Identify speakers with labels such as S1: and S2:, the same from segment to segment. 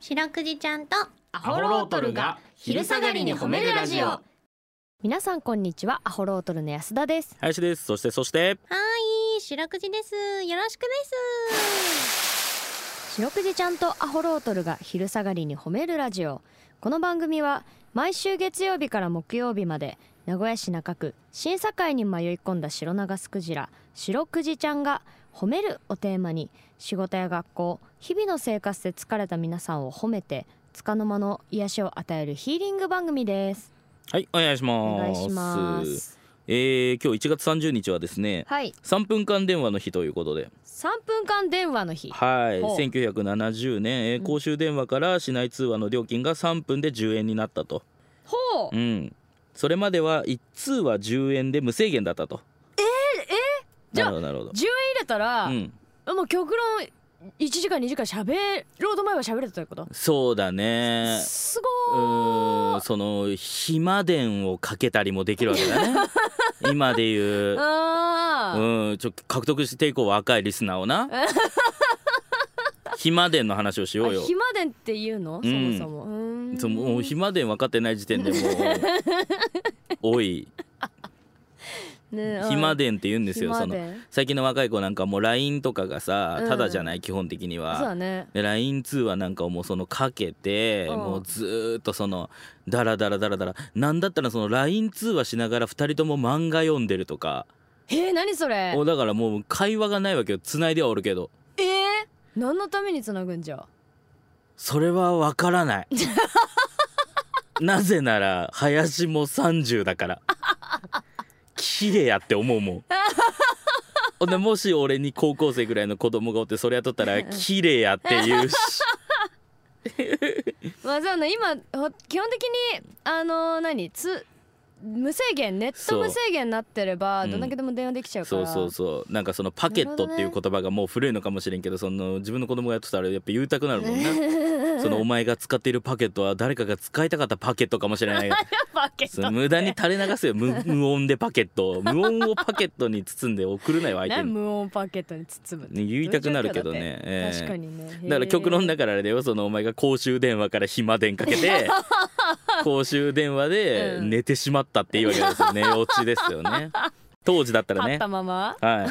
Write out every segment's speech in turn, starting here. S1: 白くじちゃんとア
S2: ホロートルが昼下がりに褒めるラジオ
S3: 皆さんこんにちはアホロートルの安田です
S4: 林ですそしてそして
S1: いい白くじですよろしくです
S3: 白くじちゃんとアホロートルが昼下がりに褒めるラジオこの番組は毎週月曜日から木曜日まで名古屋市中区審査会に迷い込んだ白長スクジラ白くじちゃんが褒めるをテーマに仕事や学校日々の生活で疲れた皆さんを褒めて束の間の癒しを与えるヒーリング番組です
S4: はいお願いし
S3: お
S4: ます
S3: 願いします
S4: えー、今日1月30日はですね
S3: はい
S4: 3分間電話の日ということで
S3: 3分間電話の日
S4: はい
S3: ほう
S4: 1970年、えー公衆電話から市内通話の料金が3分で10円になったと
S3: ほう
S4: うんそれまでは1通は10円で無制限だったとえ
S3: じ
S4: え
S3: ゃあ
S4: なるほどなるほど
S3: 10円入れたら、
S4: うん
S3: もう極論1時間2時間喋ろうと前は喋れたということ
S4: そうだね
S3: す
S4: う
S3: ご
S4: ーんその暇電をかけたりもできるわけだね今で言
S3: ー
S4: う
S3: あー
S4: うんちょ獲得していこう若いリスナーをな暇電の話をしようよ
S3: あ暇電っていうの、
S4: うん
S3: そもそもうーん
S4: そうもう暇電分かってない時点でもうおい
S3: ね
S4: 暇
S3: で
S4: 電って言うんですよその最近の若い子なんかもう LINE とかがさ
S3: うん
S4: ただじゃない基本的に
S3: そうだ
S4: は。
S3: ね
S4: で LINE 通話なんかをもうそのかけて
S3: うん
S4: もうずーっとそのダラダラダラダラなんだったらその LINE 通話しながら2人とも漫画読んでるとか
S3: えー、何それ
S4: もうだからもう会話がないわけよ繋いではおるけど
S3: えー、何のためにつなぐんじゃ
S4: それはわからない なぜなら林も30だから綺麗やって思うも んほんでもし俺に高校生ぐらいの子供がおってそれやっとったら綺麗やって言うし
S3: まあそうね今ほ基本的にあのー何つ無制限ネット
S4: そう
S3: 無制限になってれば
S4: うん
S3: どんだけでも電話できちゃうか
S4: そ
S3: ら、
S4: うそうそうなんかそのパケットっていう言葉がもう古いのかもしれんけどその自分の子供がやっとったらやっぱ言いたくなるもん なそのお前が使っているパケットは誰かが使いたかったパケットかもしれない
S3: パケッ
S4: そう無駄に垂れ流すよ無 無音でパケットを無音をパケットに包んで送るなよ
S3: ト
S4: 相手
S3: 何
S4: に、ね、
S3: 無音パケットに包むって
S4: 言いたくなるけどね
S3: どういう状
S4: ええ
S3: 況だって確かにね
S4: だから極論だからあれだよそのお前が公衆電話から暇電かけ て公衆電話で
S3: うん
S4: 寝てしまったっていうわけですよ寝落ちですよね当時だったら
S3: 立
S4: ね
S3: ったまま
S4: はい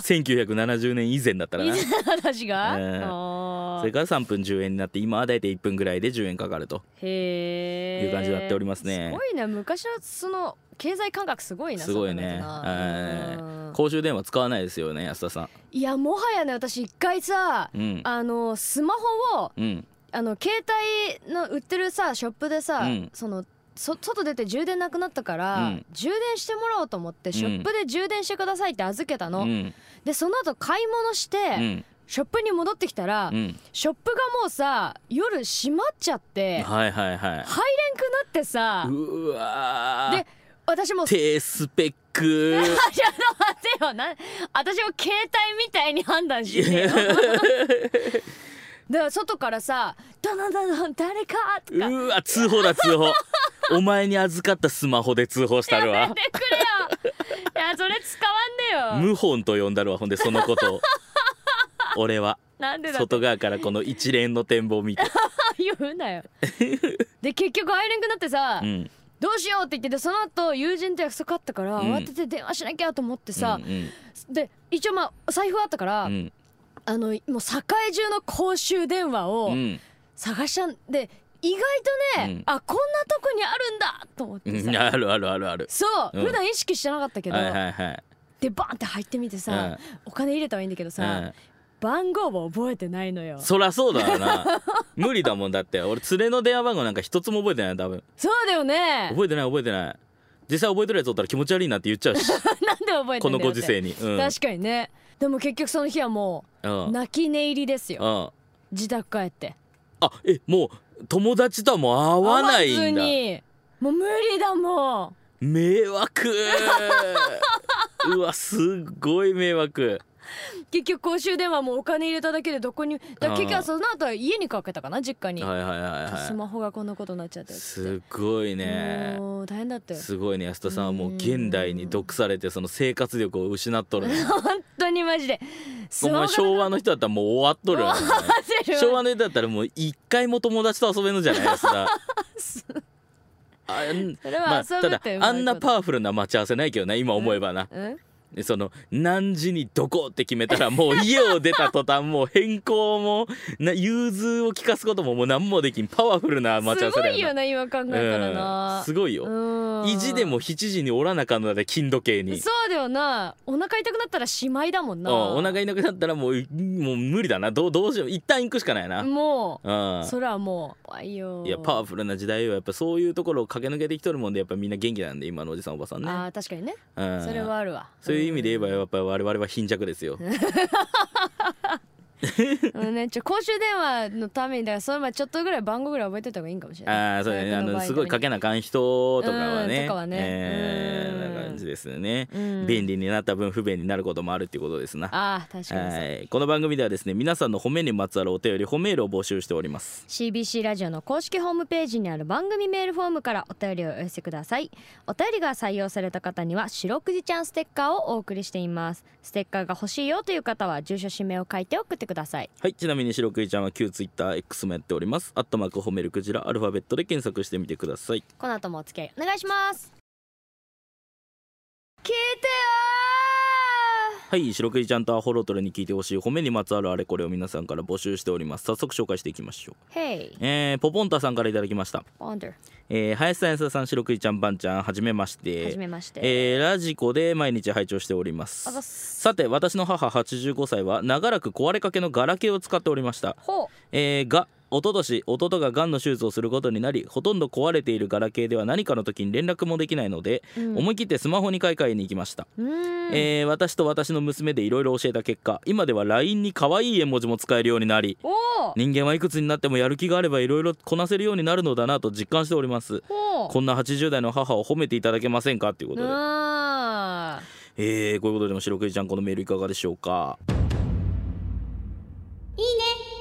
S4: 1970年以前だったらな
S3: 以前の話が、
S4: ええ
S3: あ
S4: そ
S3: ー
S4: れから3分10円になって今は大体1分ぐらいで10円かかると
S3: へえ
S4: いう感じになっておりますね
S3: すごいね昔のその経済感覚すごいな
S4: すごいね
S3: そう考えたらうん
S4: 公衆電話使わないですよね安田さ
S3: いやもはやね私一回さ
S4: んうん
S3: あのスマホを
S4: うん
S3: あの携帯の売ってるさショップでさ、
S4: うん
S3: そのそ外出て充電なくなったから、
S4: うん
S3: 充電してもらおうと思ってショップで充電してくださいって預けたの、
S4: うん
S3: でその後買い物して、
S4: うん
S3: ショップに戻ってきたら、
S4: うん
S3: ショップがもうさ夜閉まっちゃって
S4: はいはいはい
S3: 入れんくなってさ
S4: うわー
S3: で私もう
S4: 低スペック
S3: ちょっと待てよな私も携帯みたいに判断し てよで外からさ「ドドドドン誰か!」とか
S4: うわ通報だ通 報お前に預かったスマホで通報したるわ
S3: 「出てく れよ! 」いやそれ使わんねよ
S4: 無本と呼んだるわほんでそのことを俺は
S3: なんでだって
S4: 外側からこの一連の展望を見て、
S3: 言う なよで結局入れんくなってさ、
S4: うん、
S3: どうしようって言っててその後友人と約束あったから
S4: うん
S3: 慌てて電話しなきゃと思って
S4: う、
S3: さ
S4: ん
S3: で一応まあ財布あったから、
S4: うんうん
S3: あのもう栄中の公衆電話を、
S4: うん
S3: 探したんで意外とね、
S4: うん
S3: あこんなとこにあるんだと思っ
S4: う
S3: てさ、
S4: んあるあるあるある
S3: そう、
S4: うん
S3: 普段意識してなかったけど、
S4: はいはいはい
S3: でバンって入ってみて
S4: うん
S3: さ、お金入れたはいいんだけどさ、
S4: うん
S3: 番号を覚えてないのよそ
S4: そりゃそうだよ な無理だもんだって俺連れの電話番号なんか一つも覚えてない多分
S3: うだよね
S4: 覚えてない覚えてない実際覚えてるやつおったら気持ち悪いなって言っちゃうし
S3: なんで 覚えて
S4: こ
S3: ん
S4: の
S3: だよ
S4: ご
S3: って
S4: 時世に、うん、
S3: 確かにねでも結局その日はも
S4: うん
S3: う泣き寝入りですよ
S4: うん
S3: 自宅帰って
S4: あえもう友達とはもう会わない
S3: 会わず
S4: んだ
S3: にもう無理だもん
S4: 迷惑うわすっごい迷惑
S3: 結局公衆電話もお金入れただけでどこにだから結
S4: あー
S3: 局その後は家にかけたかな実家に、
S4: はいはいはい
S3: ス
S4: は
S3: マホがこんなことになっちゃって
S4: いすごいね
S3: もう大変だったよ
S4: すごいね安田さんはもう現代に毒されてその生活力を失っとるね
S3: 本当にマジで
S4: お前 昭和の人だったらもう終わっとるよね昭
S3: 昭
S4: 和の人だったらもう一回も友達と遊べんのじゃない安 田あん
S3: それ
S4: ま
S3: は
S4: あ、
S3: 遊
S4: た
S3: ぶっ
S4: だ
S3: てうまいこと
S4: あんなパワフルな待ち合わせないけどな今思えばな、
S3: うん
S4: その何時にどこって決めたらもう家を出た途端もう変更もな融通を利かすことももう何もできんパワフルな待ち合
S3: す
S4: わせだ
S3: ごい
S4: よ
S3: よな今考えた
S4: な
S3: らな
S4: うん、すごいよ、
S3: うん
S4: 意地でも7時におらなかんのだで金時計に
S3: そうだよなお腹痛くなったらしまいだもん
S4: う
S3: なん
S4: お腹いなくなったらもうもう無理だなどうどうしよう一旦行くしかないな、
S3: も
S4: うん
S3: うそれはもう怖いよ
S4: いやパワフルな時代はやっぱそういうところを駆け抜けてきとるもんでやっぱみんな元気なんで今のおじさんおばさんね
S3: あー確かにね
S4: うん
S3: それはあるわ
S4: そういう意味で言えばやっぱ我々は貧弱ですよ
S3: うんねちょ公衆電話のためにだからそれまでちょっとぐらい番号ぐらい覚えておいた方がいいんかもしれない
S4: ああそう だねあ
S3: 最悪の場
S4: の
S3: 合
S4: すごいかけなあかん人とかは
S3: う
S4: ね
S3: んとかはね
S4: えー
S3: うん
S4: な感じですね
S3: うん
S4: 便利になった分不便になることもあるっていうことですな
S3: あー確かにそう
S4: はいこの番組ではですね皆さんの褒めにまつわるお便り褒めールを募集しております
S3: CBC ラジオの公式ホームページにある番組メールフォームからお便りをお寄せくださいお便りが採用された方には「白くじちゃんステッカー」をお送りしていますステッカーが欲しいよという方は住所氏名を書いて送ってください
S4: はいちなみに白くいちゃんは旧 TwitterX もやっておりますアットマーク褒めるクジラアルファベットで検索してみてください
S3: この後もお付き合いお願いします聞いてよ
S4: はい白くじちゃんとアホロトルに聞いてほしい褒めにまつわるあれこれを皆さんから募集しております早速紹介していきましょう
S3: ー Hey
S4: えー、ポポンタさんからいただきました、
S3: Wonder
S4: えー、林さん安田さん白くじちゃんばんちゃんはじめまして
S3: はじめまして、
S4: えーラジコで毎日拝聴しております
S3: あざっす
S4: さて私の母85歳は長らく壊れかけのガラケーを使っておりました、
S3: ほ
S4: えーが一昨年弟ががんの手術をすることになりほとんど壊れているガラケーでは何かの時に連絡もできないので、
S3: う、うん、
S4: 思い切ってスマホに買い替えに行きました、
S3: うーん
S4: えー私と私の娘でいろいろ教えた結果今では LINE に可愛い絵文字も使えるようになり
S3: おお
S4: 人間はいくつになってもやる気があればいろいろこなせるようになるのだなと実感しております
S3: ほう
S4: こんな80代の母を褒めていただけませんかということで
S3: あ
S4: えー、こういうことでも白くじちゃんこのメールいかがでしょうかいいね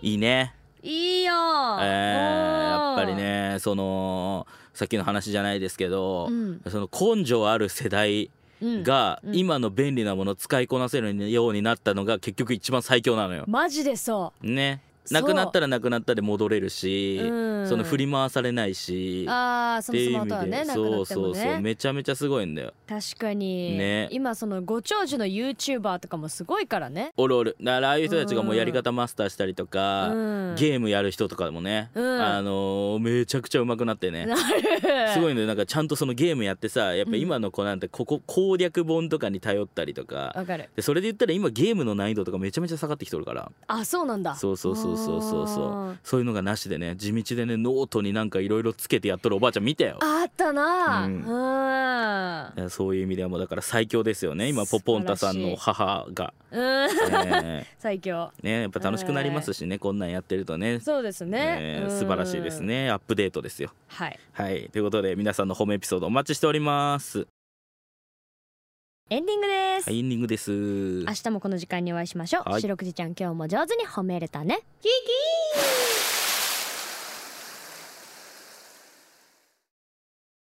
S4: いいね
S3: ーいいよ
S4: え
S3: ー
S4: ー、やっぱりねそのさっきの話じゃないですけど、
S3: うん
S4: その根性ある世代
S3: うん
S4: が
S3: うん
S4: 今の便利なものを使いこなせるようになったのが結局一番最強なのよ。
S3: マジでそ
S4: ね
S3: そ
S4: な
S3: う
S4: くなったらなくなったで戻れるし、
S3: うん
S4: その振り回されないし
S3: うああそのスマートはねなくな
S4: そう
S3: っても
S4: そうそう
S3: ね
S4: めちゃめちゃすごいんだよ。
S3: 確かに、
S4: ね
S3: 今そのご長寿の YouTuber とかもすごいからね
S4: おるおるだからああいう人たちがもうやり方マスターしたりとか、
S3: うん
S4: ゲームやる人とかもね、
S3: うん
S4: あのーめちゃくちゃ上手くなってね
S3: なる
S4: すご
S3: い
S4: いねなんかちゃんとそのゲームやってさやっぱ今の子なんてここ攻略本とかに頼ったりとか、
S3: わかる
S4: でそれで言ったら今ゲームの難易度とかめちゃめちゃ下がってきてるから
S3: あそうなんだ
S4: そうそうそうそうそうそ
S3: あ
S4: うそういうのがなしでね地道でねノートになんかいろいろつけてやっとるおばあちゃん見たよ。
S3: ーあったな
S4: うん
S3: う
S4: そういう意味ではもうだから最強ですよね今ポポンタさんの母 が、
S3: ん、うん、
S4: え
S3: 最強
S4: ーねやっぱ楽しくなりますしね、こんなんやってるとね
S3: そうですね
S4: ね、素晴らしいです
S3: うん
S4: ねアップデートですよ
S3: はい
S4: はいということで皆さんのホームエピソードお待ちしております
S3: エンディングです、
S4: はいエンディングです
S3: 明日もこの時間にお会いしましょう、
S4: はい
S3: 白くじちゃん今日も上手に褒めれたね
S1: キキ